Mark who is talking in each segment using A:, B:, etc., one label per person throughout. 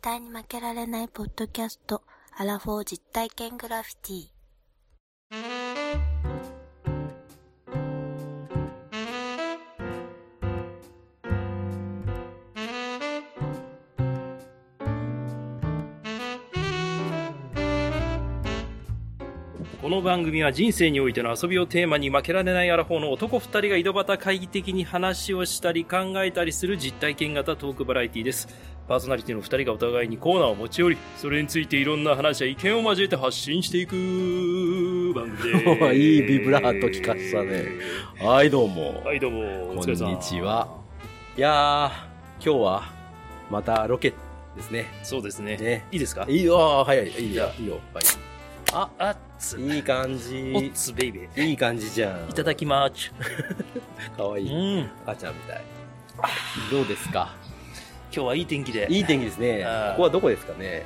A: 対に負けられないポッドキャスト、アラフォー実体験グラフィティ。
B: この番組は人生においての遊びをテーマに負けられないアラフォーの男二人が井戸端会議的に話をしたり考えたりする実体験型トークバラエティです。パーソナリティの二人がお互いにコーナーを持ち寄り、それについていろんな話や意見を交えて発信していく番組で す。
C: いいビブラート聞かせたね。はい、どうも。
B: はい、どうも。お疲れさん
C: こんにちは。いやー、今日は、またロケですね。
B: そうですね。
C: ね
B: いいですか
C: いいよ、早い、いいよ、いいよ。は
B: あっつ
C: い、。いい感
B: おっ
C: じ。
B: つ、ベイベー。
C: いい感じじゃん。
B: いただきまーち。
C: かわ
B: う
C: い
B: ん。
C: い。
B: 今
C: 赤ちゃんみたい。どうですか
B: 日はいい天気で。
C: いい天気ですね
B: あー。
C: ここはどこですかね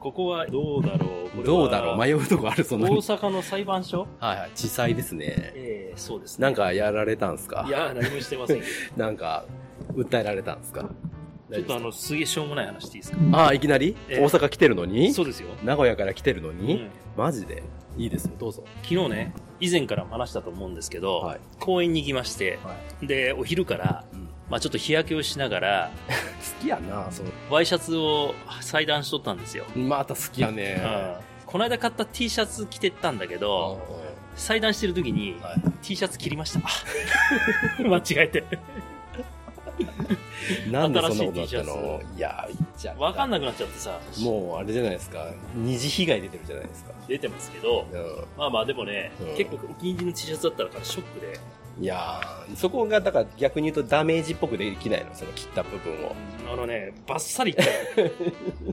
B: ここはどうだろうこれは
C: どうだろう迷うとこある、そんな
B: 大
C: に。
B: 阪の裁判所
C: はいはい、地裁ですね。
B: ええそうですね。
C: なんかやられたんすか
B: いや、何もしてませんけど。
C: なんか、訴えられたんすか
B: ちょっとあの、すげえしょうもない話していいですか
C: ああ、いきなり、
B: ええ
C: 大阪来てるのに
B: そうですよ。
C: 名古屋から来てるの
B: う
C: に、
B: ん、
C: マジでいいですよ、どうぞ。
B: 昨日ね、以前からも話したと思うんですけど、
C: はい
B: 公園に行きまして、
C: は
B: で、お昼から、
C: うん
B: まあちょっと日焼けをしながら、
C: 好きやな、そ
B: ワイシャツを裁断しとったんですよ。
C: う。また好きや ね。
B: うんこの間買った T シャツ着てったんだけど、裁断してる時に、
C: は
B: T シャツ切りました。 間違 えて。
C: い、なんでそんな
B: 新
C: こと
B: しい T
C: に
B: シ
C: な
B: ャツ
C: ったのいや、いっちゃう
B: わかんなくなっちゃってさ、
C: もうあれじゃないですか、二次被害出てるじゃないですか。
B: 出てますけど、
C: う
B: まあまあでもね、
C: うん
B: 結構お気に入りの T シャツだったからショックで、
C: ん、いやーそこがだから逆に言うとダメージっぽくできないの、その切った部分を。
B: あのね、バッサリいったよ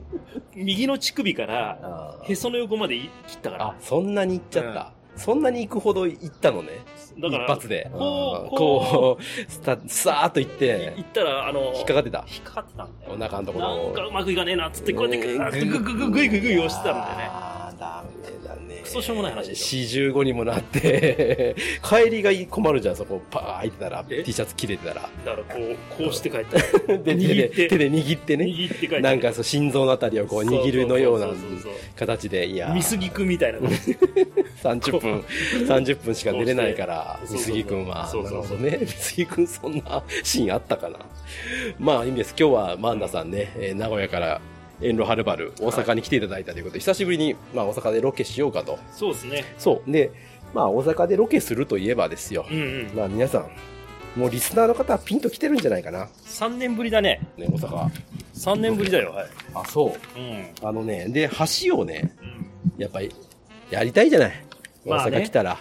B: 右の乳首から、
C: あ
B: へその横までい切ったから。
C: そんなにいっちゃった。そんなに行くほど行ったのね。
B: だから、
C: 一発で。
B: こう
C: うん
B: こ
C: こう、スタさーっと行っ
B: い
C: て、
B: 行ったら、あの、
C: 引っかかってた。
B: 引っかかってたんだよ。
C: お腹のとこ
B: な
C: ろ
B: んかうまくいかねえな、つって、こうやって
C: ね
B: ガーッとググググイグイグイ押してたんだよね。
C: あーダメだね
B: クソしょうもない話でし
C: 四十五にもなって 帰りが困るじゃんそこパーン開いてたら
B: え
C: T シャツ切れてたら
B: だから、こう、こうして帰った。
C: で手
B: 握
C: で
B: って
C: 手で握ってね
B: 右って帰った。
C: なんかそう心臓のあたりをこう握るのような
B: そうそうそうそ
C: 形でいうや
B: 美杉君みたいな。
C: 30分30分しか出れないから
B: そう
C: 美
B: そう
C: 杉君は
B: そうそうそう
C: なるほどね美杉君そんなシーンあったかなまあいいんです今日はマンダさんね、えー名古屋から遠路はるばる大阪に来ていただいたということで、久しぶりに、まあ、大阪でロケしようかと
B: そうですね。
C: そう。で、まあ、大阪でロケするといえばですよ
B: う。んうん。
C: まあ、皆さん、もうリスナーの方はピンと来てるんじゃないかな。ね、
B: 3年ぶりだね。
C: 大阪。
B: 3年ぶりだよ、はい。
C: あ、そう。
B: うん。
C: あのね、で、橋をね、
B: うん
C: やっぱり、やりたいじゃない。
B: まあ
C: 大
B: ね
C: 阪来たら。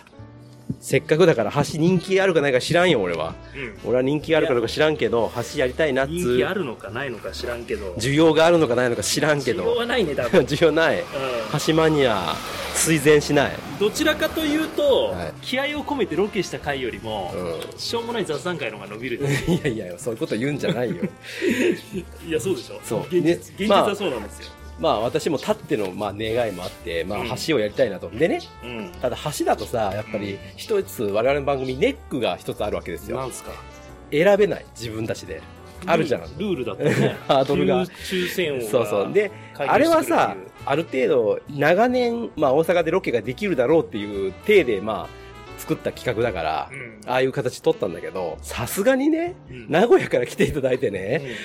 C: せっかくだから橋人気あるかないか知らんよ、俺は。
B: うん。
C: 俺は人気あるかどうか知らんけど、橋やりたいなっつ
B: 人気あ
C: う。
B: るのかないのか知らんけど。
C: 需要があるのかないのか知らんけ
B: 需要
C: ど。
B: はないね、多分。 うん
C: 需要ない。橋マニア、推薦しない。
B: どちらかというと、
C: はい
B: 気合を込めてロケした回よりも、
C: う
B: しょうもない雑談会の方が伸びるね
C: ん。いやいや、そういうこと言うんじゃない よ。
B: いやそうでしょ
C: そう
B: 現実,、
C: ね
B: 現実
C: ま
B: は
C: あ
B: そうなんですよ、
C: まあ私も立ってのまあ願いもあって、まあ
B: うん
C: 橋をやりたいなと。でね、
B: うん
C: ただ橋だとさ、やっぱり一つ我々の番組ネックが一つあるわけですよ。
B: んすか
C: 選べない、自分たちで。あるじゃん
B: ルールだったね
C: ハードルが
B: 抽抽選王が
C: そうそう。で、
B: 介
C: あ
B: 入
C: れは
B: してくるっ
C: さ
B: ていう、
C: ある程度長年、まあ大阪でロケができるだろうっていう体で、まあ作った企画だから、
B: うん
C: ああいう形取ったんだけど、さすがにね、
B: うん
C: 名古屋から来ていただいてね、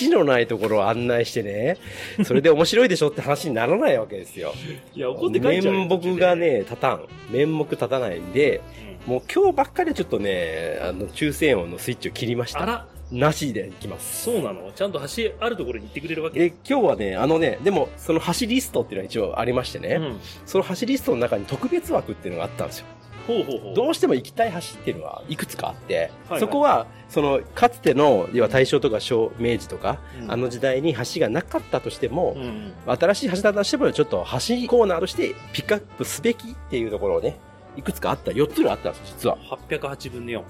C: 橋のないところを案内してね、それで面白いでしょって話にならないわけですよ。
B: いや怒って帰っちゃうよ
C: 面目が、ね、立たん。面目立たないん
B: 途中で
C: で、
B: うん
C: もう今日ばっかりはちょっとね、あの、抽選音のスイッチを切りまし
B: あ
C: た。
B: ら
C: なしでいきます。
B: そうなのちゃんと橋あるところに行ってくれるわけ
C: で、今日はね、あのね、でも、その橋リストっていうのは一応ありましてね、
B: うん
C: その橋リストの中に特別枠っていうのがあったんですよ。
B: ほうほうほう
C: どうしても行きたい橋っていうのはいくつかあって、
B: いはい
C: そこは、その、かつての、要は大正とか昭明治とか、
B: うん
C: あの時代に橋がなかったとしても、
B: うんうん
C: 新しい橋だとしても、ちょっと橋コーナーとしてピックアップすべきっていうところをね、いくつかあった、4つぐらいあったんですよ、実は。
B: 808分の4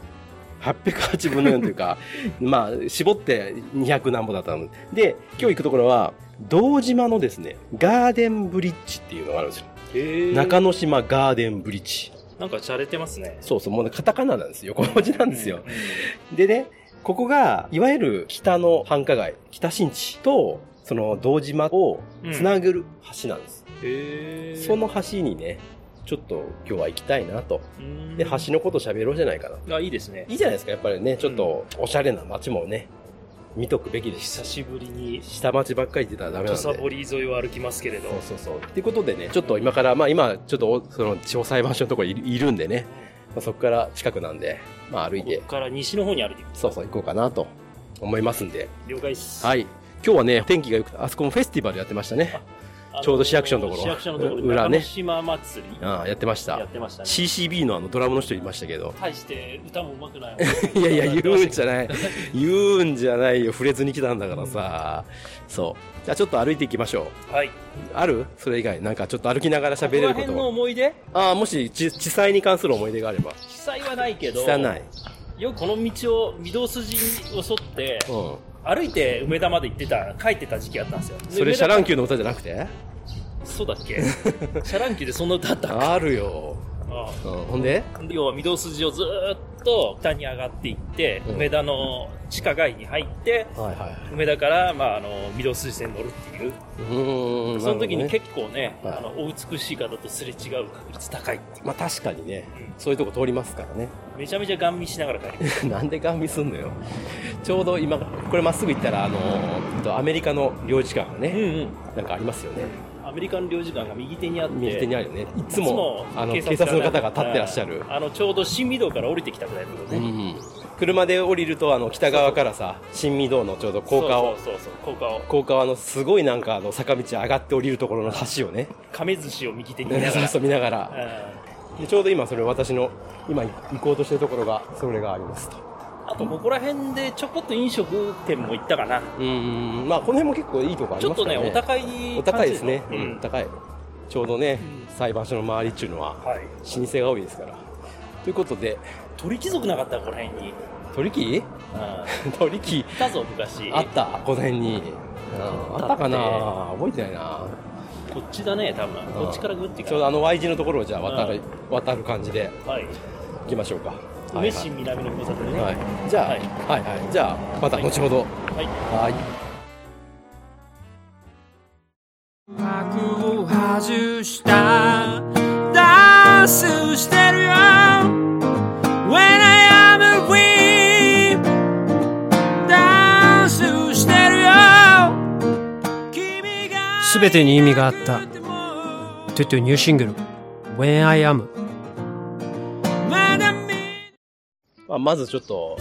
C: 808分の4というか、 まあ、絞って200何歩だったので、今日行くところは、堂島のですね、ガーデンブリッジっていうのがあるんですよ。
B: へ
C: 中之島ガーデンブリッジ。
B: なんかしゃれてますね
C: そうそう、もうね、カタカナなんですよ。横文字なんですよ
B: う。ん
C: でね、ここが、いわゆる北の繁華街、北新地と、その堂島をつなぐる橋なんです。
B: へー
C: その橋にね、ちょっと今日は行きたいなと。
B: うん
C: で、橋のこと喋ろうじゃないかな。
B: あいいですね
C: いいじゃないですか、やっぱりね、ちょっとおしゃれな街もね、見とくべきです。
B: 久しぶりに
C: 下町ばっかり出たらダメなん
B: 土
C: で。
B: 佐堀沿いを歩きますけれど
C: そうそうそう。っていうことでね、ちょっと今から、まあ今、ちょっとおその地方裁判所のところいいるんでね、まあ、そこから近くなんで、まあ歩い
B: こ
C: て
B: こ、から西の方に歩いていく
C: そうそう行こうかなと思いますんで。
B: 了解です
C: はい。今日はね、天気が良くて、あそこもフェスティバルやってましたね。
B: あの
C: ちょうど市役所のところ
B: 市役所のところで
C: 裏ね
B: 中島祭り
C: ああ、やってまし
B: や
C: た
B: っ。てましたね
C: CCB のあのドラムの人いました けど。
B: 対して歌も上手くない
C: いやいや、言うんじ
B: ゃ
C: ゃない。 言うんじゃないよ。触れずに来たんだからさ。そう。じゃあちょっと歩いていきましょう。
B: はい
C: あるそれ以外。なんかちょっと歩きながら喋れ
B: こ
C: るこ
B: の辺
C: と
B: の
C: は。
B: 思い出
C: ああ、もし、ち地裁に関する思い出があれば。
B: 記載はないけど
C: 汚い。
B: よくこの道を御堂筋に沿って
C: うん。
B: 歩いて梅田まで行ってた帰ってた時期あったんですよで
C: それ、
B: 梅
C: シ
B: 田
C: ャランキューの歌じゃなくて
B: そうだっ けシャランキューでそんな歌あったあ
C: あるよ。
B: あ
C: うん。ほんで
B: 要は御堂筋をずーっと北に上がっていって、
C: うん
B: 梅田の地下街に入って
C: はいはい。
B: 梅田から、まあ、あの御堂筋線に乗るっていう
C: うーん。
B: その時
C: なるほど
B: に
C: ね
B: 結構ね
C: はい
B: あのお美しい方とすれ違う確率高いっていう
C: まあ確かにね
B: うん、
C: そういうとこ通りますからね。
B: めちゃめちゃガン見しながら帰る
C: なんでガン見すんのよ。ちょうど今、これまっすぐ行ったら、あのえっとアメリカの領事館が
B: うん
C: ね、
B: うん
C: なんかありますよね。
B: アメリカン領事館が右手にあって
C: 右手にあるよね。いつも、あの、警
B: が
C: 察の方が立ってらっしゃる。
B: あのちょうど新御堂から降りてきたぐらいのとこ
C: う
B: ね、
C: ん。車で降りると、あの、北側からさ、新御堂のちょうど高架を、
B: そうそうそうそう高架を
C: 高架をあの、すごいなんか、あの、坂道上がって降りるところの橋をね、
B: 亀寿司を右手に見なが
C: そう
B: ら
C: そう見ながら。
B: うん
C: でちょうど今、それ私の、今行こうとしてるところが、それがありますと。
B: あとここら辺でちょこっと飲食店も行ったかな
C: うん。まあ、この辺も結構いいとこあ
B: ち
C: り
B: ょ
C: ま
B: っ
C: す
B: と
C: か
B: ね
C: ら
B: お高い感じの
C: お高いですね、
B: う
C: うん
B: ん、
C: 高いちょうどね、
B: うん
C: 裁判所の周りっていうのは
B: はい
C: 老舗が多いですからということで
B: 鳥貴族なかったこの辺に、うん、
C: 鳥木鳥木
B: いたぞ昔
C: あったこの辺に、うんあったかな覚えてないな
B: こっちだね多分
C: うん
B: こっちからグッて
C: ちょうどあの Y 字のところをじゃあ渡る,、渡る感じで
B: はい
C: 行きましょうか
B: 梅市南の交差点ね
C: はい、はい、じゃあ、
B: は
C: はいいはいじゃあまた後ほど
B: はい
C: はい
D: 幕を外したダンスしてるよ When I am a queen ダンスしてるよ君が
E: すべてに意味があったトゥトゥニューシングル「When I Am」
D: まだ見
C: まあ、まずちょっと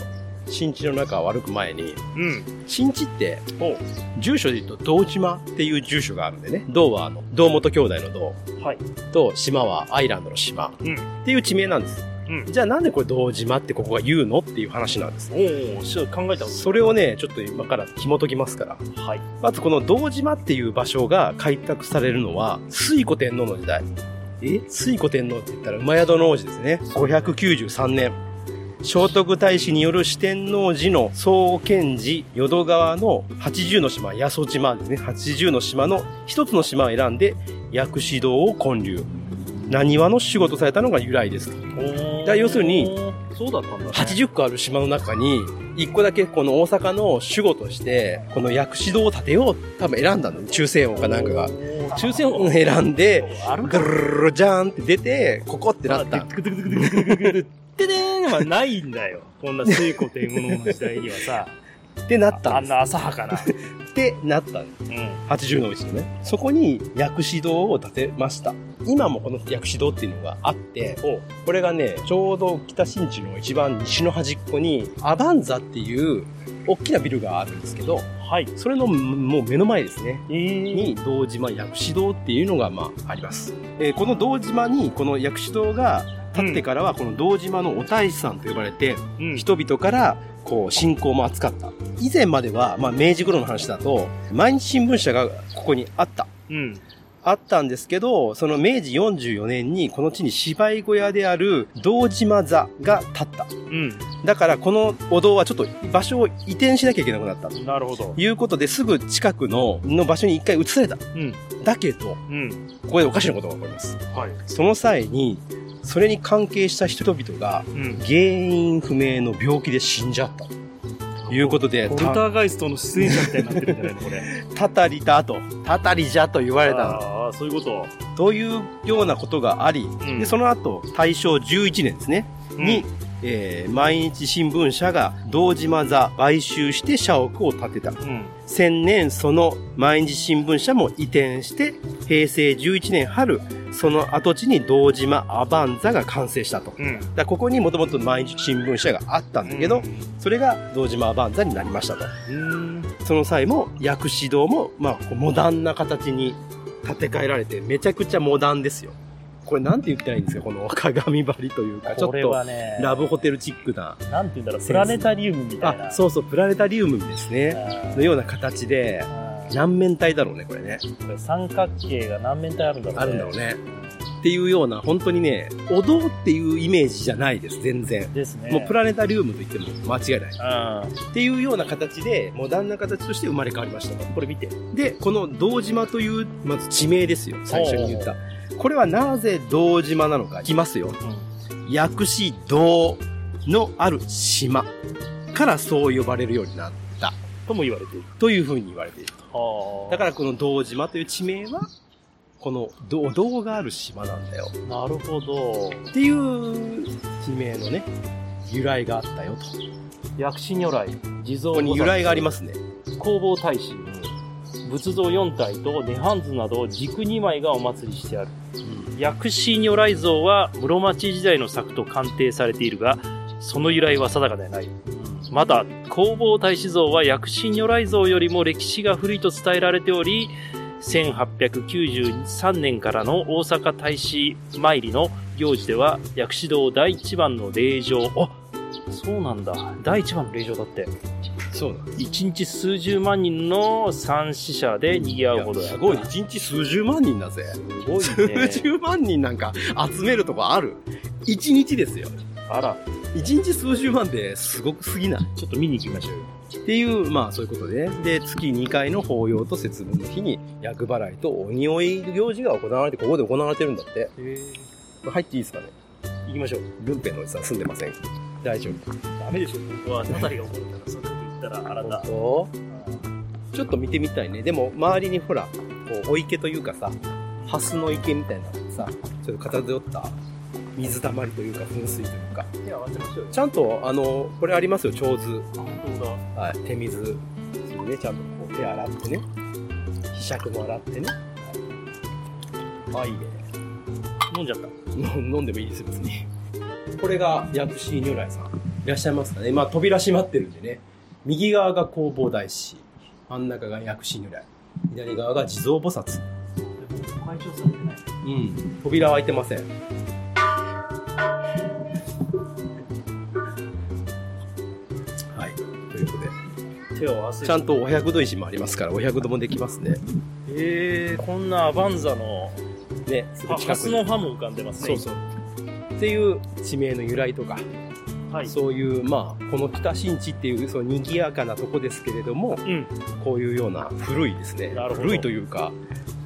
C: 新地の中を歩く前に
B: うん
C: 新地って
B: お
C: 住所で言うと堂島っていう住所があるんでね堂はあの堂本兄弟の堂
B: はい
C: と島はアイランドの島
B: うん
C: っていう地名なんです、
B: うん
C: じゃあなんでこれ堂島ってここが言うのっていう話なんです
B: おおちょっと考えたこ
C: それをねちょっと今から紐解きますから
B: とはい
C: まずこの堂島っていう場所が開拓されるのは推古天皇の時代え推古天皇って言ったら馬宿の王子ですね593年聖徳太子による四天王寺の創建寺淀川の80の島八十島ですね80の島の一つの島を選んで薬師堂を建立何話の守護とされたのが由来ですと
B: お
C: だから要するに
B: そうだったんだ、ね、
C: 80個ある島の中に1個だけこの大阪の守護としてこの薬師堂を建てよう多分選んだのね中世王かなんかが
B: 抽選を
C: 選んで
B: ある
C: ぐるるるるじゃーんって出てここってなった
B: テクテクテクテクテクテクテでーんはないんだよこんな聖子天皇の時代にはさ
C: ってなった
B: あん
C: んです
B: な浅はかな
C: ってなったんです
B: うん
C: 80のうちのねそこに薬師堂を建てました今もこの薬師堂っていうのがあって
B: お
C: これがねちょうど北新地の一番西の端っこにアバンザっていう大きなビルがあるんですけど
B: はい
C: それのもう目の前ですね
B: えー
C: に堂島薬師堂っていうのがまああります、えーこの堂島にこの薬師堂が建ってからはこの堂島のお大師さんと呼ばれて
B: うん
C: 人々からこう信仰も扱った以前まではまあ明治頃の話だと毎日新聞社がここにあった
B: うん
C: あったんですけどその明治44年にこの地に芝居小屋である堂島座が建った
B: うん
C: だからこのお堂はちょっと場所を移転しなきゃいけなくなったと
B: なるほど
C: いうことですぐ近くのの場所に一回移された
B: うん
C: だけど
B: うん
C: ここでおかしなことが起こります。
B: はい
C: その際に、それに関係した人々が、
B: うん
C: 原因不明の病気で死んじゃった。いうことで、
B: ポルターガイストの出演者みたいになってるんじゃないのこれ。
C: たたりだと、たたりじゃと言われた
B: ああ、そういうこと。
C: というようなことがあり、
B: ん
C: でその後、大正11年ですね、に、えー毎日新聞社が堂島座買収して社屋を建てた。
B: うん。
C: 千年その毎日新聞社も移転して、平成11年春、その跡地に堂島アバンザが完成したと。だか
B: うん。
C: らここにもともと毎日新聞社があったんだけど、それが堂島アバンザになりましたと。
B: うん。
C: その際も薬師堂も、まあ、こうモダンな形に建て替えられて、めちゃくちゃモダンですよ。これなんて言ったらいいんですかこの鏡張りというか、ちょっ
B: これは
C: と
B: ね、
C: ラブホテルチックな。
B: なんて言うんだろう、プラネタリウムみたいな。
C: あ、そうそう、プラネタリウムですね。
B: う
C: のような形で、
B: ん。
C: 何面体だろうね、これね。
B: うん三角形が何面体あるんだろうね。
C: あるんだろうね。っていうような、本当にね、お堂っていうイメージじゃないです、全然。
B: ですね。
C: もうプラネタリウムと言っても間違いない。
B: うん。
C: っていうような形で、モダンな形として生まれ変わりましたと。
B: これ見て。
C: で、この堂島という、まず地名ですよ、最初に言った。これはなぜ堂島なのか、いきますよ。薬師堂のある島からそう呼ばれるようになった。
B: とも言われている。
C: というふうに言われていると。
B: は
C: だからこの堂島という地名は、この堂堂がある島なんだよ。
B: ら、なるほど。
C: っていう地名のね、由来があったよと。
B: 薬師如来、地蔵
C: ここに由来がありますね。
B: 工房大師、仏像4体と涅槃図など軸2枚がお祭りしてある。薬師如来像は室町時代の作と鑑定されているが、その由来は定かではない。また、工房大師像は薬師如来像よりも歴史が古いと伝えられており、1893年からの大阪大使参りの行事では、薬師堂第一番の霊場。あそうなんだ。第一番の霊場だって。
C: そうなんで
B: 一日数十万人の三死者で賑わうほどだ
C: すごい、一日数十万人だぜ。
B: すごいね
C: 数十万人なんか集めるとこある一日ですよ。
B: あら
C: 一日数十万ですごくすぎない
B: ちょっと見に行きましょうよ
C: っていう、まあそういうことで、で、月2回の法要と節分の日に、厄払いとお匂い行事が行われて、ここで行われてるんだって。これ入っていいですかね
B: 行きましょう
C: ルンペンのおじさん住んでません。大丈夫。
B: ダメでしょ僕はたたりが起こるからそんなこと言ったらあらだ
C: 本当ちょっと見てみたいね。でも、周りにほら、こう、お池というかさ、ハスの池みたいなのがさ、ちょっと偏った水たまりというか、噴水というか。
B: 手合わせましょうよ
C: ちゃんと、あの、これありますよ、蝶図。
B: 本当だ
C: はい、手水にね、ちゃんとこう手洗ってね、ひしも洗ってね。はい、いいね。
B: 飲んじゃっ
C: の 飲んでもいいですよ、別に。これが薬師如来さん。いらっしゃいますかね。まあ、扉閉まってるんでね。右側が弘法大師。真ん中が薬師如来。左側が地蔵菩
B: た
C: 薩。
B: 解消されてない
C: うん。扉は開いてません。はい。ということで。
B: 手を合わせ
C: ちゃんとお百度石もありますから、お百度もできますね。
B: えー、こんなアバンザの
C: ね、すぐ
B: あ
C: 近
B: ハ
C: く
B: ス
C: に
B: の葉も浮かんでます
C: そ
B: ね
C: うそう。っていう地名の由来とか、
B: はい
C: そういう、まあ、この北新地っていう、その賑やかなとこですけれども、
B: うん
C: こういうような古いですね。
B: なるほど
C: 古いというか、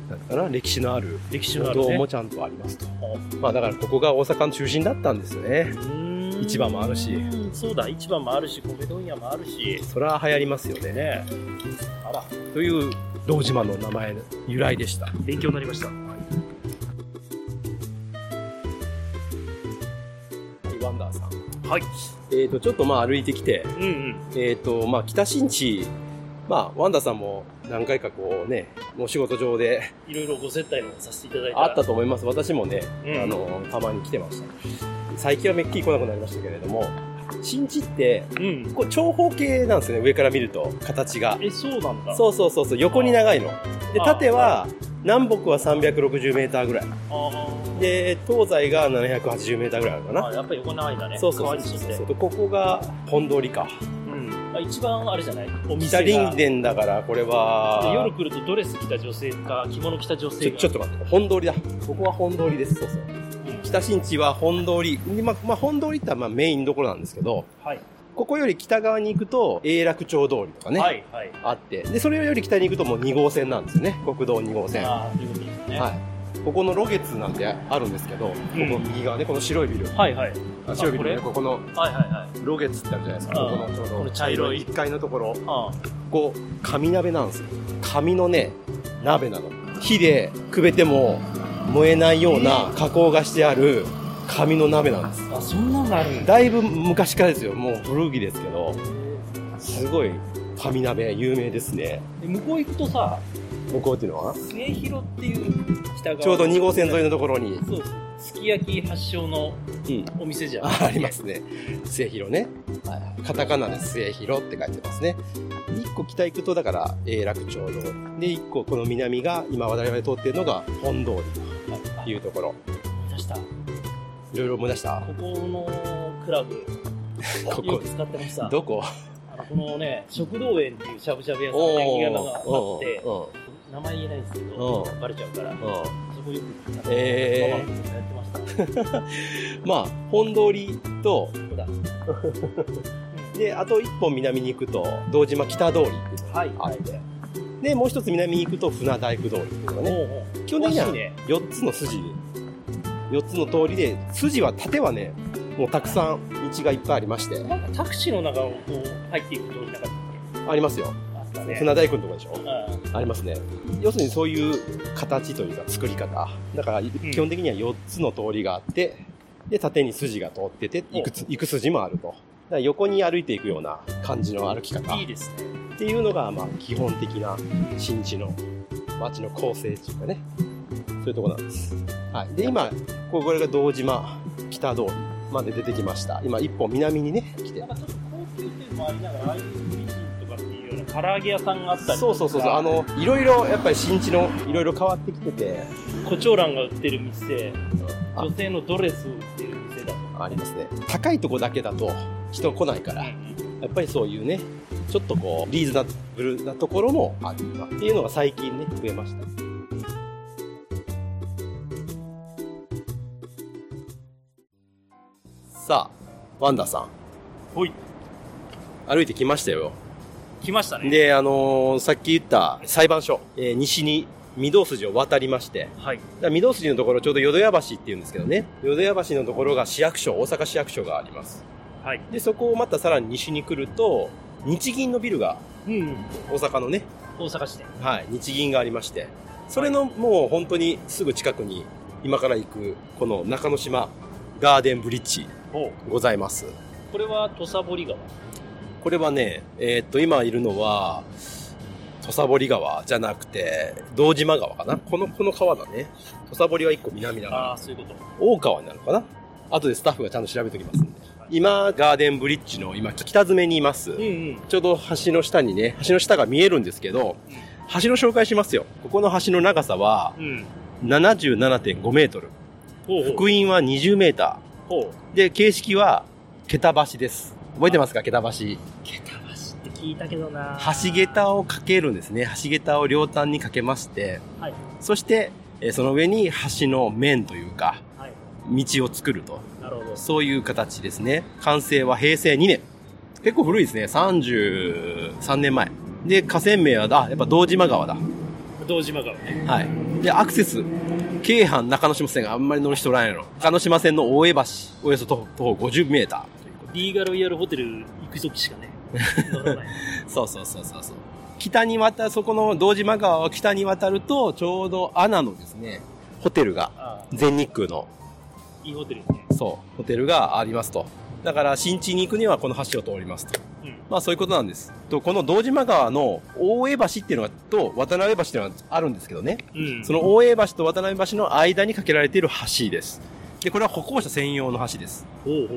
C: なんかな、歴史のある、
B: 歴史のあ
C: 歩
B: る
C: 道も
B: ね
C: ちゃんとありますと。まあ、だからここが大阪の中心だったんですよね。市場もあるし
B: うんそうだ市場もあるし米問屋もあるし
C: それは流行りますよね。
B: ねあら
C: という、堂島の名前、由来でした。
B: 勉強になりました
C: ワンダーさん。
B: はい
C: えっ、と、ちょっとまあ歩いてきて、
B: うんうん
C: えっ、と、まあ、北新地、まあ、ワンダさんも何回かこうね、お仕事上で
B: いろいろご接待もさせていただいた
C: あったと思います。私もね、
B: うん
C: あの、たまに来てました。最近はめっきり来なくなりましたけれども、新地って、
B: うん
C: こう、長方形なんですよね、上から見ると、形が。
B: えそうなんだ
C: そうそうそうそう、横に長いの。で、
B: あ
C: 縦は、南北は360メーターぐらい。
B: あ
C: で、東西が780メーターぐらいあるか
B: あ
C: な。
B: やっぱり横長いんだね
C: そうそう
B: 川
C: そう
B: に
C: そ
B: 沿
C: う
B: っ
C: そ
B: て
C: う。でここが、本通りか。
B: うんあ一番あれじゃないお店
C: 北
B: が
C: 林殿だから、これは。
B: で夜来るとドレス着た女性か着物着た女
C: ち
B: 性
C: ょ
B: が
C: ちょっと待って、本通りだ。ここは本通りです。そうそう。
B: うん
C: 北新地は本通り。まあ、まあ、本通りってまあメインどころなんですけど、
B: はい
C: ここより北側に行くと、永楽町通りとかね、
B: はいはい
C: あって、で、それより北に行くともう2号線なんですよね。国道2号線。は
B: ああということですね
C: い。ここの露月なんてあるんですけど、ここ右側ね、この白いビル。
B: はいはい。
C: あ白いビルね、
B: こ
C: ここの
B: はいはいはい。
C: 露月ってあるじゃないですか。
B: あ
C: こ
B: あ
C: このちょうど。
B: この茶色い
C: 1階のところ。
B: ああ
C: ここ、紙鍋なんですよ。紙のね、鍋なの。火でくべても燃えないような加工がしてある紙の鍋なんです。
B: あ、そんなのあるんだ。
C: だいぶ昔からですよ。もう古着ですけど、すごい紙鍋有名ですね。
B: で向こう行くとさ、
C: 向こうっていうのは
B: 末広っていう北側
C: ちょうど2号線沿いのところに、
B: そうすき焼き発祥の
C: うん、
B: お店じゃん。
C: あありますね。末広ね。カタカナで末広って書いてますね。1個北行くと、だから、永楽町の。で、1個この南が、今我々通っているのが本通りというところ。
B: 思い出した。こ
C: いろいろ思い出した
B: このクラブ、
C: こ
B: よ
C: こ
B: く。使ってました。
C: どこ
B: あのこのね、食堂園っていうしゃぶしゃぶ屋さん、
C: お
B: 焼き
C: ー
B: 窯があって、
C: おー
B: 名前言えないんですけど
C: う、ん
B: バレちゃうから、
C: うんうん
B: そこよく、なんか
C: え
B: マ
C: ー
B: マのことやってました。
C: まあ、本通りと、
B: そうだ
C: で、あと1本南に行くと、堂島北通りっていうのが
B: はい、
C: あ
B: は
C: っ
B: い。
C: て。で、もう一つ南に行くと、船大工通りっていうのがね。
B: もうもう
C: 基本的には
B: 詳しいね
C: 4つの筋4つの通りで筋は縦はねもうたくさん道がいっぱいありまして
B: なんかタクシーの中をこう入っていくとなかったっ
C: ありますよ
B: けあったね。
C: 船大工のとこでしょ
B: うん
C: ありますね要するにそういう形というか作り方だから基本的には4つの通りがあってで縦に筋が通ってていくついく筋もあるとだから横に歩いていくような感じの歩き方
B: いいですね。
C: っていうのが、まあ、基本的な新地の町の構成っていうかね、そういうところなんです。はい。で、今、こうこれが堂島北通りまで出てきました。今、一歩南にね、来て
B: なん。かちょっと高級店もありながら、ああいう美人とかっていうような唐揚げ屋さんがあったりとか
C: そうそうそうそう、あの、いろいろ、やっぱり新地の、いろいろ変わってきてて、
B: コチョウランが売ってる店、
C: あ
B: 女性のドレスを売ってる店だと
C: ありますね。高いとこだけだと人来ないから、
B: か
C: や。っぱりそういうね、ちょっとこう、リーズナブルなところもあるなっていうのが最近ね、増えました。さあ、ワンダさん、
B: ほい、
C: 歩いてきましたよ。
B: 来ましたね。
C: で、あのーさっき言った裁判所、えー西に御堂筋を渡りまして、
B: はい。
C: だから御堂筋のところ、ちょうど淀屋橋っていうんですけどね、淀屋橋のところが市役所、大阪市役所があります。
B: はい。
C: で、そこをまたさらに西に来ると、日銀のビルが、
B: うん。
C: 大阪のね、
B: 大阪市で。
C: はい、日銀がありまして、それのもう本当にすぐ近くに、今から行く、この中之島ガーデンブリッジ
B: お
C: ございます。
B: これは土佐堀川。
C: これはね、えーっと、今いるのは、土佐堀川じゃなくて、堂島川かなこの、この川だね。土佐堀は一個南だから。
B: ああ、そういうこと。
C: 大川になるのかな後でスタッフがちゃんと調べておきますんで。今、ガーデンブリッジの今、北詰めにいます。
B: うんうん。
C: ちょうど橋の下にね、橋の下が見えるんですけど、橋の紹介しますよ。ここの橋の長さは
B: うん。
C: 77.5メートル。
B: ほう
C: 福音は20メータ
B: ほう。ほう。
C: ー。で、形式は、桁橋です。覚えてますか桁橋。
B: 桁橋って聞いたけどな。
C: 橋桁をかけるんですね。橋桁を両端にかけまして、
B: はい
C: そして、えーその上に橋の面というか、
B: はい。
C: 道を作ると。
B: なるほど。
C: そういう形ですね。完成は平成2年。結構古いですね。33年前。で、河川名は、あ、やっぱ堂島川だ。
B: 堂島川ね。
C: はい。で、アクセス。京阪中之島線があんまり乗る人おらんやろ。中之島線の大江橋。およそ徒歩50メーターということで。
B: リーガロイヤルホテル行く時しかね。乗 らない
C: そうそうそうそうそう。北に渡る、そこの堂島川を北に渡ると、ちょうどアナのですね、ホテルが、
B: ああ、
C: 全日空の、
B: いいホテルですね。
C: そう、ホテルがありますと。だから、新地に行くにはこの橋を通りますと。
B: うん。
C: まあそういうことなんです。と、この堂島川の大江橋っていうのが、と渡辺橋っていうのがあるんですけどね。
B: うん
C: その大江橋と渡辺橋の間に架けられている橋です。で、これは歩行者専用の橋です。
B: ほうほうほ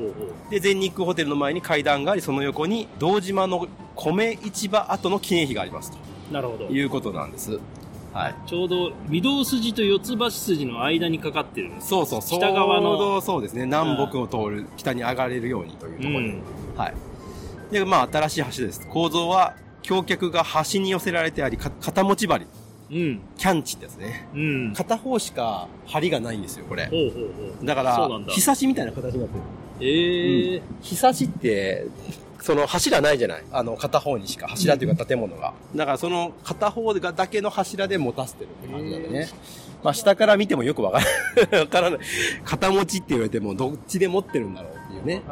B: う。
C: で、全日空ホテルの前に階段があり、その横に堂島の米市場跡の記念碑があります
B: なるほど
C: と。いうことなんです。はい。
B: ちょうど、御堂筋と四つ橋筋の間にかかってるんです。
C: そうそう、
B: 北側の
C: ちょうどそうですね。南北を通る、北に上がれるようにというところで。
B: うん
C: はい。で、まあ新しい橋です。構造は、橋脚が橋に寄せられてあり、か片持ち針。
B: うん。
C: キャンチってやつね。
B: うん。
C: 片方しか針がないんですよ、これ。
B: ほうほうほう。
C: だか
B: そう
C: ら
B: なん、だ
C: ひさしみたいな形になってる。
B: ええ
C: ひさしって、その柱ないじゃないあの、片方にしか。柱というか建物が。だからその片方がだけの柱で持たせてるって感じなんでね。まあ、下から見てもよくわからない。わからない。肩持ちって言われても、どっちで持ってるんだろうっていうね。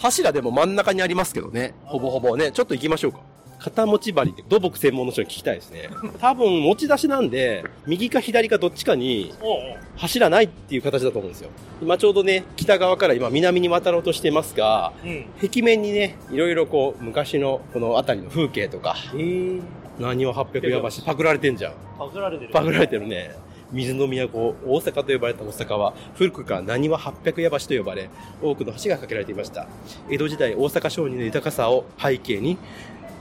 C: 柱でも真ん中にありますけどね。ほぼほぼね。ちょっと行きましょうか。肩持ち針って土木専門の人に聞きたいです ね。多分持ち出しなんで、右か左かどっちかに
B: おうおう
C: 柱ないっていう形だと思うんですよ。今ちょうどね、北側から今南に渡ろうとしてますが、
B: うん。
C: 壁面にね、いろいろこう、昔のこの辺りの風景とか、
B: ええ。
C: 何を800やばし、パクられてんじゃん。
B: パクられてる。
C: パクられてるね。水の都、大阪と呼ばれた大阪は、古くから何は八百屋橋と呼ばれ、多くの橋が架けられていました。江戸時代、大阪商人の豊かさを背景に、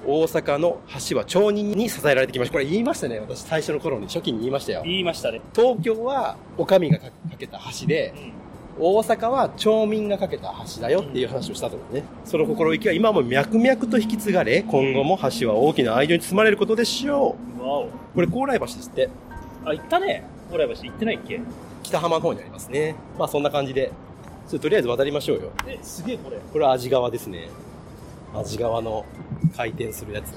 C: 大阪の橋は町人に支えられてきました。これ言いましたね。私、最初の頃に初期に言いましたよ。
B: 言いましたね。
C: 東京は、お上が架けた橋で、大阪は町民が架けた橋だよっていう話をしたと思うね。その心意気は今も脈々と引き継がれ、今後も橋は大きな愛情に包まれることでしょ
B: うん。わお。
C: う。これ、高麗橋ですって。
B: あ、行ったね。ほら、橋行ってないっけ
C: 北浜の方にありますね。まあそんな感じで、ちょっととりあえず渡りましょうよ。
B: え、すげえこれ。
C: これは味川ですね。味川の回転するやつ。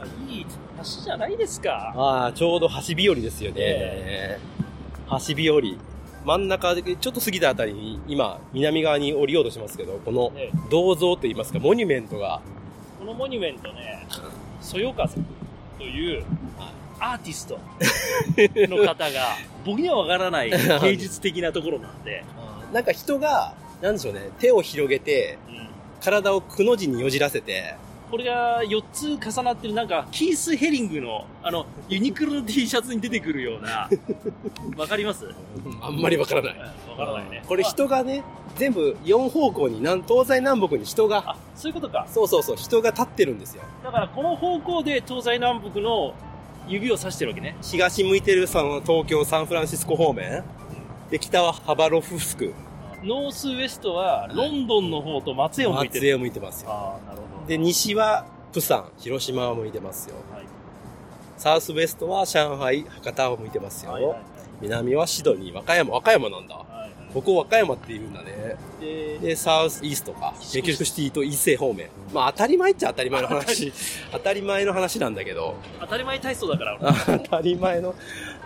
B: あ、いい橋じゃないですか。
C: ああ、ちょうど橋日和ですよね
B: え。
C: 橋日和。真ん中で、ちょっと過ぎたあたりに、今、南側に降りようとしますけど、この
B: ね
C: 銅像といいますか、モニュメントが、
B: このモニュメントね、そよ風というアーティストの方が、 僕にはわからない芸術的なところなんで、
C: なんか人が、なんでしょうね、手を広げて、
B: うん
C: 体をくの字によじらせて、
B: これが4つ重なってる、なんか、キース・ヘリングの、あの、ユニクロの T シャツに出てくるよう な、わかりますうん
C: あんまりわからない。
B: わからないね。
C: これ人がね、全部4方向に、南東西南北に人が
B: あ、あそういうことか。
C: そうそうそう、人が立ってるんですよ。
B: だから、この方向で東西南北の指を指してるわけね。
C: 東向いてるさん東京、サンフランシスコ方面。で、北はハバロフスク。
B: ノースウエストは、ロンドンの方と松江を向いて
C: 松
B: る。
C: 江を向いてますよ。
B: ああ、なるほど。
C: で、西はプサン、広島を向いてますよ。
B: はい、
C: サウスウエストは上海、博多を向いてますよ。
B: はいはい
C: 南はシドニー、和歌山、和歌山なんだ。
B: はいは
C: ここ和歌山って言うんだね。
B: い。で、
C: で、サウスイーストか。メキシコシティと伊勢方面。まあ当たり前っちゃ当たり前の話。当たり前の話なんだけど。
B: 当たり前体操だから、
C: 当たり前の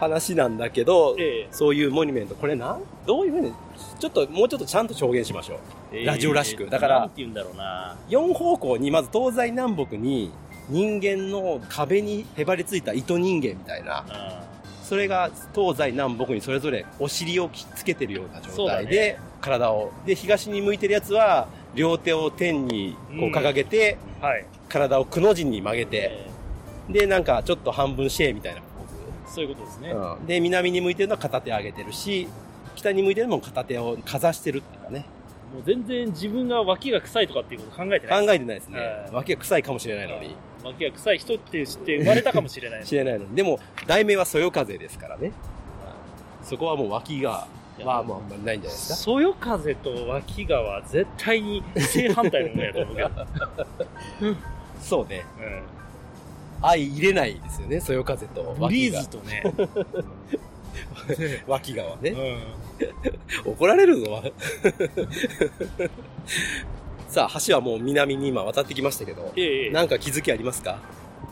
C: 話なんだけど、
B: ええ
C: そういうモニュメント、これなんどういうふうに、ちょっともうちょっとちゃんと表現しましょう。 ラジオらしくだから
B: なんて言うんだろうな。
C: 4方向に、まず東西南北に、人間の壁にへばりついた糸人間みたいな、
B: う
C: それが東西南北にそれぞれお尻をきっつけてるような
B: そ
C: 状
B: うだ
C: 態
B: ね
C: で、体を。で、東に向いてるやつは、両手を天にこう
B: うん
C: 掲げて、
B: んはい。
C: 体をくの字に曲げて、
B: え
C: で、なんかちょっと半分シェーみたいなポーズ。
B: ーそういうことですね。
C: うんで南に向いてるのは片手上げてるし北に向いてるのも片手をかざしてるっていうかね
B: もう全然自分が脇が臭いとかっていうこと考えて
C: 考
B: ない。
C: えてないですね
B: はい
C: 脇が臭いかもしれないのに
B: 脇が臭い人って知って生まれたかもし れない。
C: 知れないのにでも題名はそよ風ですからねそこはもう脇が
B: いや
C: はもうあんまりないんじゃないですか
B: そよ風と脇がは絶対に正反対のものやと思う けど。
C: そうね
B: うん
C: 相入れないですよねそよ風と
B: ブ
C: 脇
B: リー
C: が
B: ズとね。
C: 脇がは
B: う
C: ね
B: ん
C: 怒られるぞ さあ橋はもう南に今渡ってきましたけど
B: ええ
C: なんか気づきありますか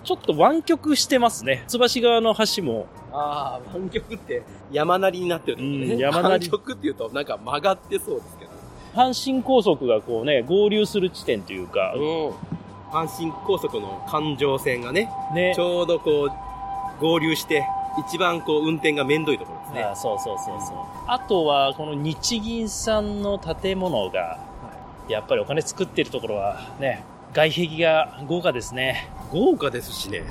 B: ちょっと湾曲してますね。つばし側の橋も。
C: ああ、湾曲って山なりになってるとこね。
B: うん山なり
C: 湾曲っていうとなんか曲がってそうですけど。
B: 阪神高速がこうね、合流する地点というか、
C: うん。阪神高速の環状線がね、
B: ね
C: ち。ょうどこう、合流して、一番こう、運転がめんどいところですね。
B: あそうそうそうそう。あとは、この日銀さんの建物が、やっぱりお金作ってるところはね、外壁が豪華ですね。
C: 豪華ですしね。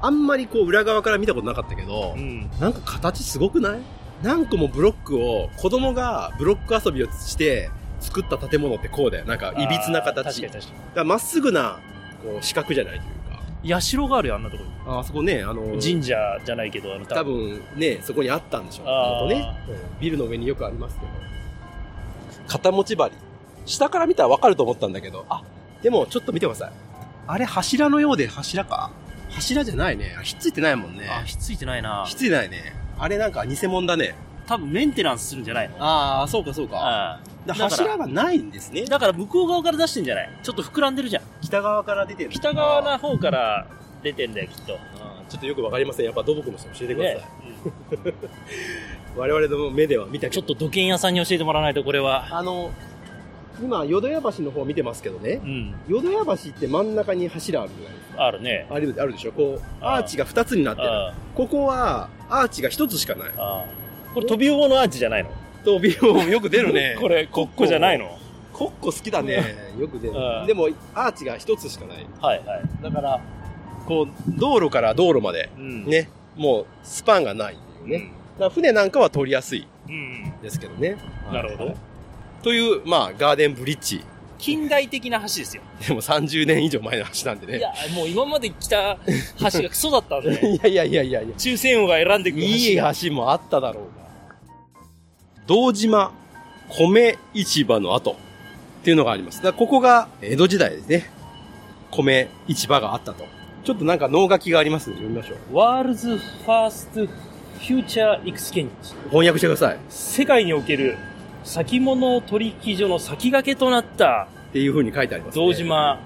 C: あんまりこう、裏側から見たことなかったけど、
B: ん。
C: なんか形すごくない何個もブロックを、子供がブロック遊びをして、作った建物ってこうだよ。なんか、いびつな形。
B: あー確か
C: だ
B: に確か
C: からまっすぐな、こう、四角じゃないというか。
B: に。社があるよ、あんなところ
C: ああそこね、あの、
B: に。神社じゃないけど、あの、
C: 多分ね、そこにあったんでしょう
B: あー
C: ね。元々ねうんビルの上によくありますけど。肩持ち針。下から見たらわかると思ったんだけど、あ、でもちょっと見てください。あれ柱のようで柱か柱じゃないね。あひっついてないもんね。
B: あ、ひっついてないな
C: ひっ。ついてないね。あれなんか偽物だね。
B: 多分メンテナンスするんじゃないの
C: ああ、そうかそうか。
B: あ
C: だ
B: だから
C: 柱はないんですね
B: あ。だから向こう側から出してんじゃないちょっと膨らんでるじゃん。
C: 北側から出てる。
B: 北側な方から出てんだよ、きっと。
C: あー。ちょっとよくわかりません。やっぱ土木の人教えてください。
B: ねうん
C: 我々の目では見た
B: ち
C: け
B: ょっ
C: ど
B: と土建屋さんに教えてもらわないとこれは
C: あの今淀屋橋の方見てますけどね
B: うん
C: 淀屋橋って真ん中に柱あるじゃないですか
B: あるね
C: あるあるでしょこう
B: あー
C: アーチが2つになってる
B: あ
C: ここはアーチが1つしかない
B: あああこれ飛び魚のアーチじゃないの
C: とビオよく出る ね
B: これコッコじゃないの
C: コッコ好きだ ねよく出る
B: うん
C: でもアーチが1つしかない
B: はいはい
C: だからこう道路から道路まで
B: うん
C: ねもうスパンがないっていうねだから船なんかは通りやすい
B: うんうん
C: ですけどね
B: なるほど
C: というまあガーデンブリッジ
B: 近代的な橋ですよ
C: でも30年以上前の橋なんでね
B: いやもう今まで来た橋がクソだったんで
C: いやいやいやいやいや
B: 中線王が選んでくる橋
C: いい橋もあっただろうが。堂島米市場の跡っていうのがあります。だからここが江戸時代ですね。米市場があったと。ちょっとなんか能書きがありますので読みましょう。
B: ワールズファーストフューチャーエクスチェンジ
C: 翻訳してください。っ
B: 世界における先物取引所の先駆けとなった
C: ていう風に書いてあります、ね。
B: 堂島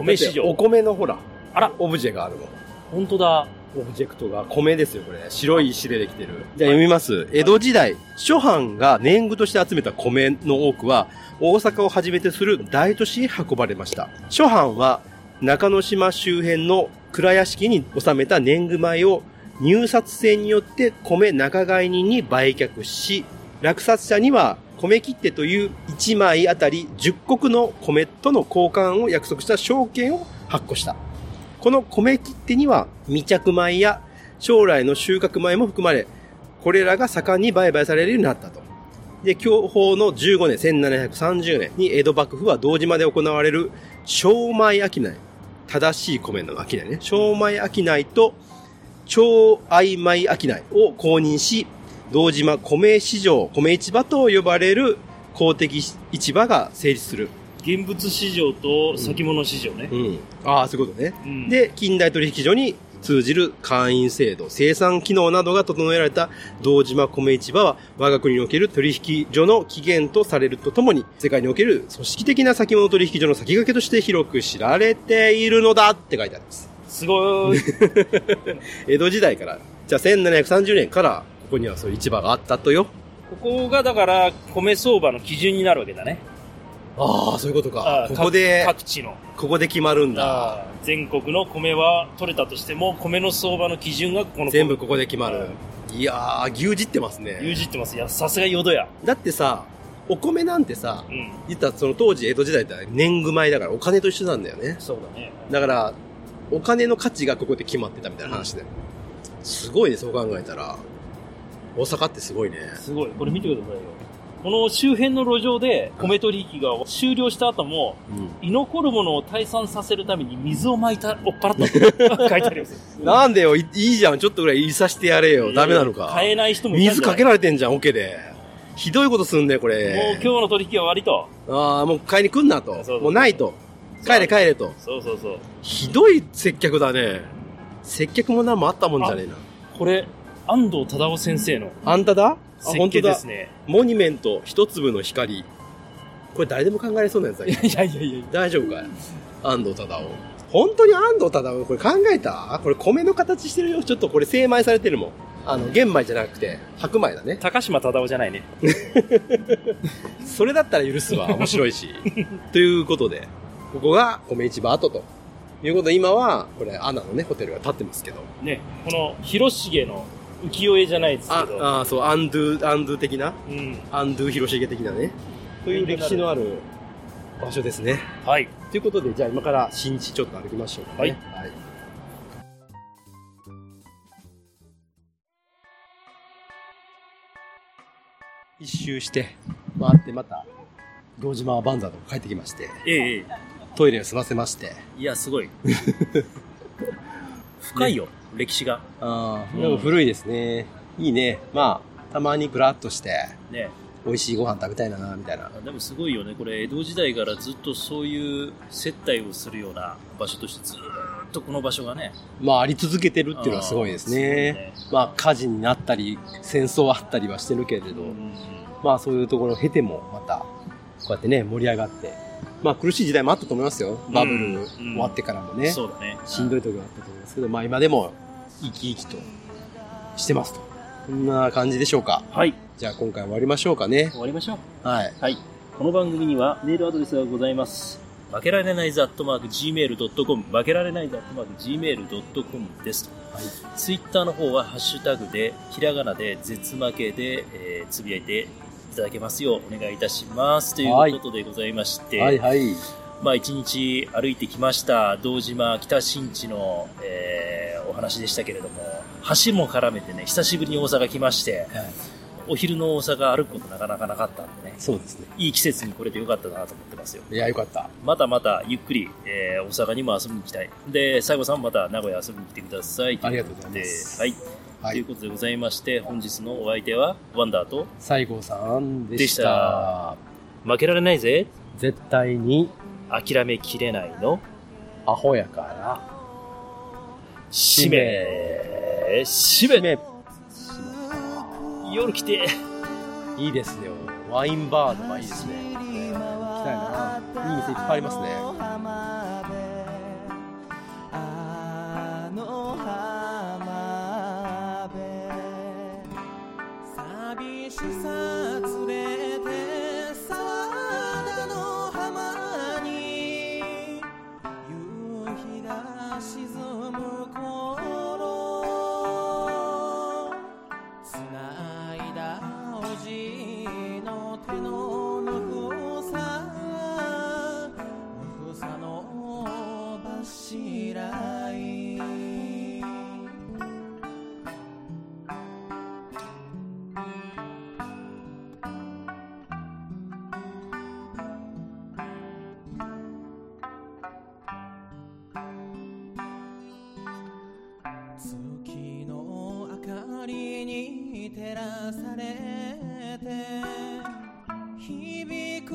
B: 米市
C: だってお
B: 場
C: 米のほら、
B: あら
C: オブジェがあるの。
B: 本当だ
C: オブジェクトが米ですよ、これ。白い石でできてる。じゃあ読みます。江戸時代、諸藩が年貢として集めた米の多くは、大阪をはじめとする大都市へ運ばれました。諸藩は、中之島周辺の蔵屋敷に納めた年貢米を入札制によって米仲買人に売却し、落札者には米切手という1枚あたり10石の米との交換を約束した証券を発行した。この米切手には未着米や将来の収穫米も含まれ、これらが盛んに売買されるようになったと。で、享保の15年、1730年に江戸幕府は堂島で行われる商米商い。正しい米の商いね。商米商いと超曖昧商いを公認し、堂島米市場、米市場と呼ばれる公的市場が成立する。
B: 現物市場と先物市場ね、
C: うん。ああ、そういうことね。
B: うん
C: で、近代取引所に通じる会員制度、生産機能などが整えられた堂島米市場は、我が国における取引所の起源とされるとともに、世界における組織的な先物取引所の先駆けとして広く知られているのだって書いてあります。
B: す ごい
C: 江戸時代から、じゃあ1730年から、ここにはそういう市場があったとよ。
B: ここがだから米相場の基準になるわけだね
C: ああ、そういうことか
B: あ。
C: こ
B: ー
C: こで、
B: 各各地の
C: ここで決まるんだ。
B: あー全国の米は取れたとしても米の相場の基準がここの
C: 全部ここで決まる
B: あ。
C: いやー、牛耳ってますね。
B: 牛耳ってますいやさすが淀屋
C: だってさ、お米なんてさ
B: う、ん
C: 言ったらその当時江戸時代って年貢米だからお金と一緒なんだよね。
B: そうだね
C: だから、お金の価値がここで決まってたみたいな話だよ。すごいね、そう考えたら。大阪ってすごいね。
B: すごい。これ見てくださいよ。この周辺の路上で米取引が終了した後も、居残るものを退散させるために水をまいた、追っ払ったと書いてあります。
C: なんでよい、いいじゃん、ちょっとぐらい言いさせてやれよ。ダメなのか。
B: 買えない人もいたんじ
C: 水
B: ゃな
C: か
B: い
C: けられてんじゃん、オケで。ひどいことすんだよ、こ
B: もう今
C: れ
B: 日。の取引は割と。
C: ああ、もう買いに来んなと。
B: そうそう
C: もうないと。帰れ帰れと。
B: そうそうそう。
C: ひどい接客だね。接客も何もあったもんじゃねえな。
B: これ、安藤忠夫先生の
C: あんただあ
B: 設計です
C: ね。
B: ね。
C: モニュメント一粒の光。これ誰でも考えれそうなやつだけど
B: いやいやいやいや。
C: 大丈夫かい安藤忠夫。本当に安藤忠夫これ考えたこれ米の形してるよ。ちょっとこれ精米されてるもん。あの、玄米じゃなくて、白米だね。
B: 高島忠夫じゃないね。
C: それだったら許す わ。面白いし。ということで、ここが米市場跡と。いうことで、今は、これ、アナのね、ホテルが建ってますけど。
B: ね。この、広重の浮世絵じゃないですけど。
C: あ、あそう、アンドゥ、アンドゥ的な、
B: うん。
C: アンドゥ広重的なね。という歴史のある場所ですね。
B: はい。
C: ということで、じゃあ今から新地ちょっと歩きましょうか、ね。はい。一周して、回ってまた、堂島バンザーとか帰ってきまして、
B: ええええ。
C: トイレを済ませまして、
B: いや、す ごい。深いよ、歴史が。
C: あ
B: ー
C: でも古いですね。いいね。まあ、たまにぐらっとして、
B: ね。
C: 美味しいご飯食べたいな、みたいな。
B: でもすごいよね、これ、江戸時代からずっとそういう接待をするような場所として、ずーっとこの場所がね、
C: まあ、あり続けてるっていうのはすごいですね。
B: あー。
C: まあ、火事になったり、戦争あったりはしてるけれど、
B: そうね
C: まあそういうところを経てもまたこうやってね盛り上がってまあ苦しい時代もあったと思いますよバブル終わってからも
B: うん
C: ね、
B: そうだね。
C: しんどい時があったと思いますけどまあ今でも生き生きとしてますとこんな感じでしょうか。
B: はい。
C: じゃあ今回終わりましょうかね。
B: 終わりましょう。
C: はい。
B: はい。この番組にはメールアドレスがございます。負けられないザットマーク Gmail.com、負けられないザットマーク Gmail.com です。ツイッターの方はハッシュタグで、ひらがなで、絶負けで、えーつぶやいていただけますようお願いいたします。ということでございまして、
C: はいはい。
B: まあ一日歩いてきました、堂島北新地の、えーお話でしたけれども、橋も絡めてね、久しぶりに大阪来まして、
C: はい
B: お昼の大阪歩くことなかなかなかったんでね、
C: そうですね。
B: いい季節にこれでよかったなと思ってますよ。
C: いや、よかった。
B: またまたゆっくり、えー大阪にも遊びに行きたい。で、最後さんまた名古屋遊びに来てください。
C: ありがとうございます
B: はい。
C: は
B: という
C: い。
B: ことでございまして、本日のお相手は、ワンダーと、
C: 西郷さんで
B: で
C: し
B: したた。負けられないぜ、
C: 絶対に、
B: 諦めきれないの、
C: アホやから、
B: しめ、しめ、
C: 締め、
B: 夜来て、
C: いいですよ。ワインバーとかいいですね。行きたいな。いい店いっぱいありますね。
F: あの浜辺寂しさ連れてさあの浜に夕日が沈む頃つないだおじいの手のぬくさぬくさの柱い月の明かりに照らされて響く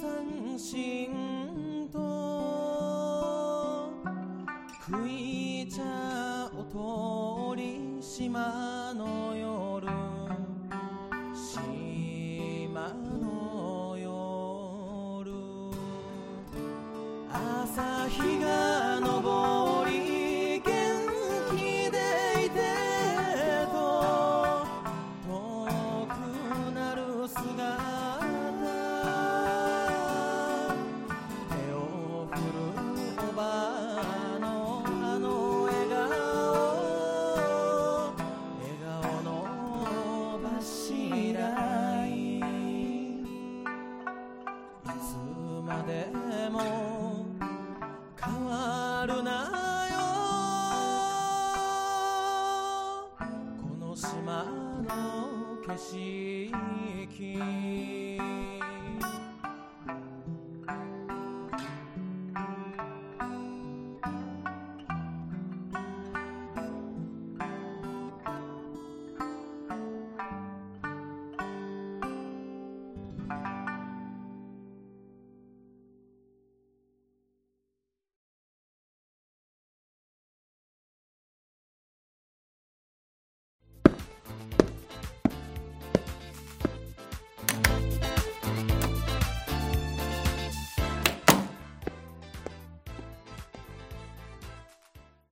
F: 三振と食い茶を通り島の夜島の夜朝日が昇り元気でいてと遠くなる姿手を振るおばあのあの笑顔笑顔の柱いいつまでも変わるなよこの島の景色